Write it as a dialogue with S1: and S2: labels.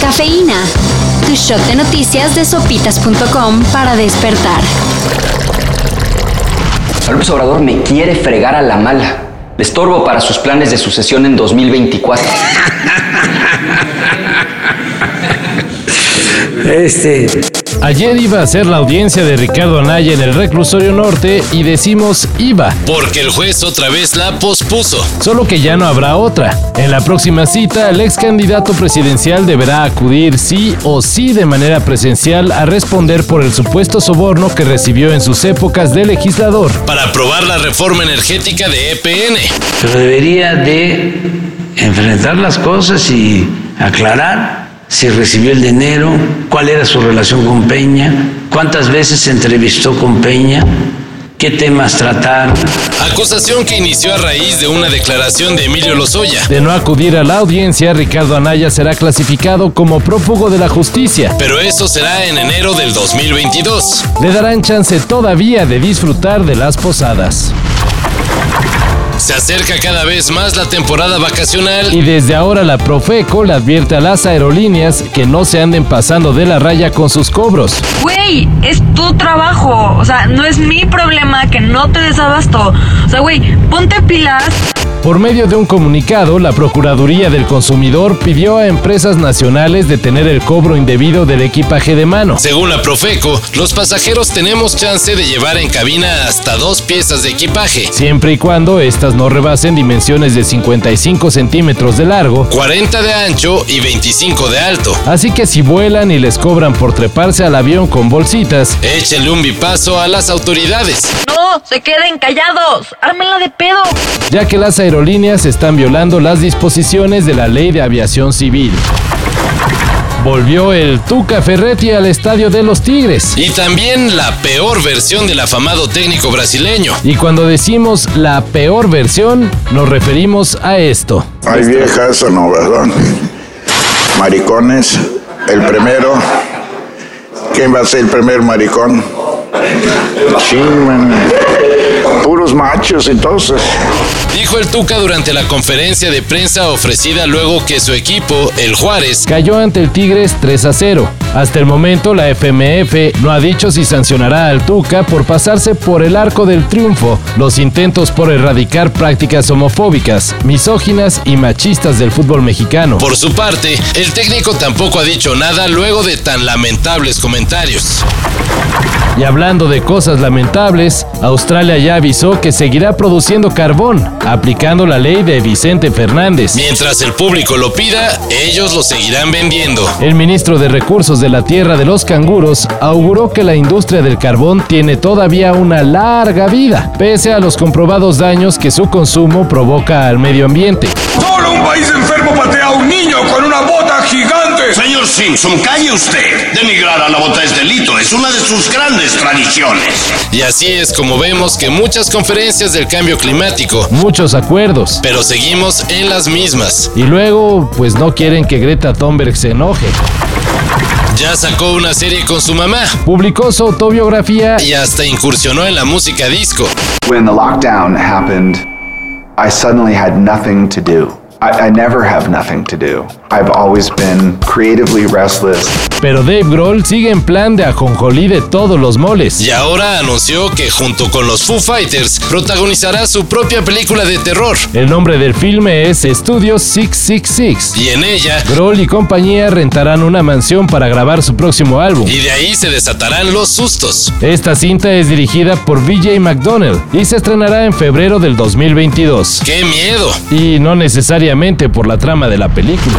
S1: Cafeína. Tu shot de noticias de sopitas.com para despertar.
S2: López Obrador me quiere fregar a la mala. Le estorbo para sus planes de sucesión en 2024.
S3: Este.
S4: Ayer iba a ser la audiencia de Ricardo Anaya en el reclusorio norte y decimos iba. Porque el juez otra vez la pospuso. Solo que ya no habrá otra. En la próxima cita, el ex candidato presidencial deberá acudir sí o sí de manera presencial a responder por el supuesto soborno que recibió en sus épocas de legislador. Para aprobar la reforma energética de E EPN.
S3: Pero debería de enfrentar las cosas y aclarar si recibió el dinero, cuál era su relación con Peña, cuántas veces se entrevistó con Peña, qué temas trataron.
S4: Acusación que inició a raíz de una declaración de Emilio Lozoya. De no acudir a la audiencia, Ricardo Anaya será clasificado como prófugo de la justicia. Pero eso será en enero del 2022. Le darán chance todavía de disfrutar de las posadas. Se acerca cada vez más la temporada vacacional y desde ahora la Profeco le advierte a las aerolíneas que no se anden pasando de la raya con sus cobros.
S5: Güey, es tu trabajo. O sea, no es mi problema que no te desabasto. O sea, güey, ponte pilas.
S4: Por medio de un comunicado, la Procuraduría del Consumidor pidió a empresas nacionales detener el cobro indebido del equipaje de mano. Según la Profeco, los pasajeros tenemos chance de llevar en cabina hasta dos piezas de equipaje, siempre y cuando estas no rebasen dimensiones de 55 centímetros de largo, 40 de ancho y 25 de alto. Así que si vuelan y les cobran por treparse al avión con bolsitas, échenle un bipaso a las autoridades.
S5: No, se queden callados. Ármenla de pedo.
S4: Ya que las aerolíneas están violando las disposiciones de la Ley de Aviación Civil. Volvió el Tuca Ferretti al estadio de los Tigres. Y también la peor versión del afamado técnico brasileño. Y cuando decimos la peor versión, nos referimos a esto.
S6: Hay viejas, no, perdón. Maricones, el primero. ¿Quién va a ser el primer maricón? Chingan. Puros machos, entonces.
S4: Dijo el Tuca durante la conferencia de prensa ofrecida luego que su equipo, el Juárez, cayó ante el Tigres 3 a 0. Hasta el momento la FMF no ha dicho si sancionará al Tuca por pasarse por el arco del triunfo los intentos por erradicar prácticas homofóbicas, misóginas y machistas del fútbol mexicano. Por su parte, el técnico tampoco ha dicho nada luego de tan lamentables comentarios. Y hablando de cosas lamentables, Australia ya avisó que seguirá produciendo carbón, aplicando la ley de Vicente Fernández. Mientras el público lo pida, ellos lo seguirán vendiendo. El ministro de Recursos de la Tierra de los Canguros auguró que la industria del carbón tiene todavía una larga vida, pese a los comprobados daños que su consumo provoca al medio ambiente.
S7: Solo un país enfermo patea a un niño con una bota gigante.
S8: Señor Simpson, calle usted. Denigrar a la bota es delito, es una de sus grandes tradiciones.
S4: Y así es como vemos que muchas conferencias del cambio climático, muchos acuerdos, pero seguimos en las mismas. Y luego, pues no quieren que Greta Thunberg se enoje. Ya sacó una serie con su mamá, publicó su autobiografía y hasta incursionó en la música disco.
S9: When the lockdown happened, I suddenly had nothing to do. I, I never have nothing to do. I've always been creatively restless.
S4: Pero Dave Grohl sigue en plan de ajonjolí de todos los moles. Y ahora anunció que junto con los Foo Fighters protagonizará su propia película de terror. El nombre del filme es Studio 666. Y en ella, Grohl y compañía rentarán una mansión para grabar su próximo álbum. Y de ahí se desatarán los sustos. Esta cinta es dirigida por VJ McDonnell y se estrenará en febrero del 2022. ¡Qué miedo! Y no necesariamente por la trama de la película.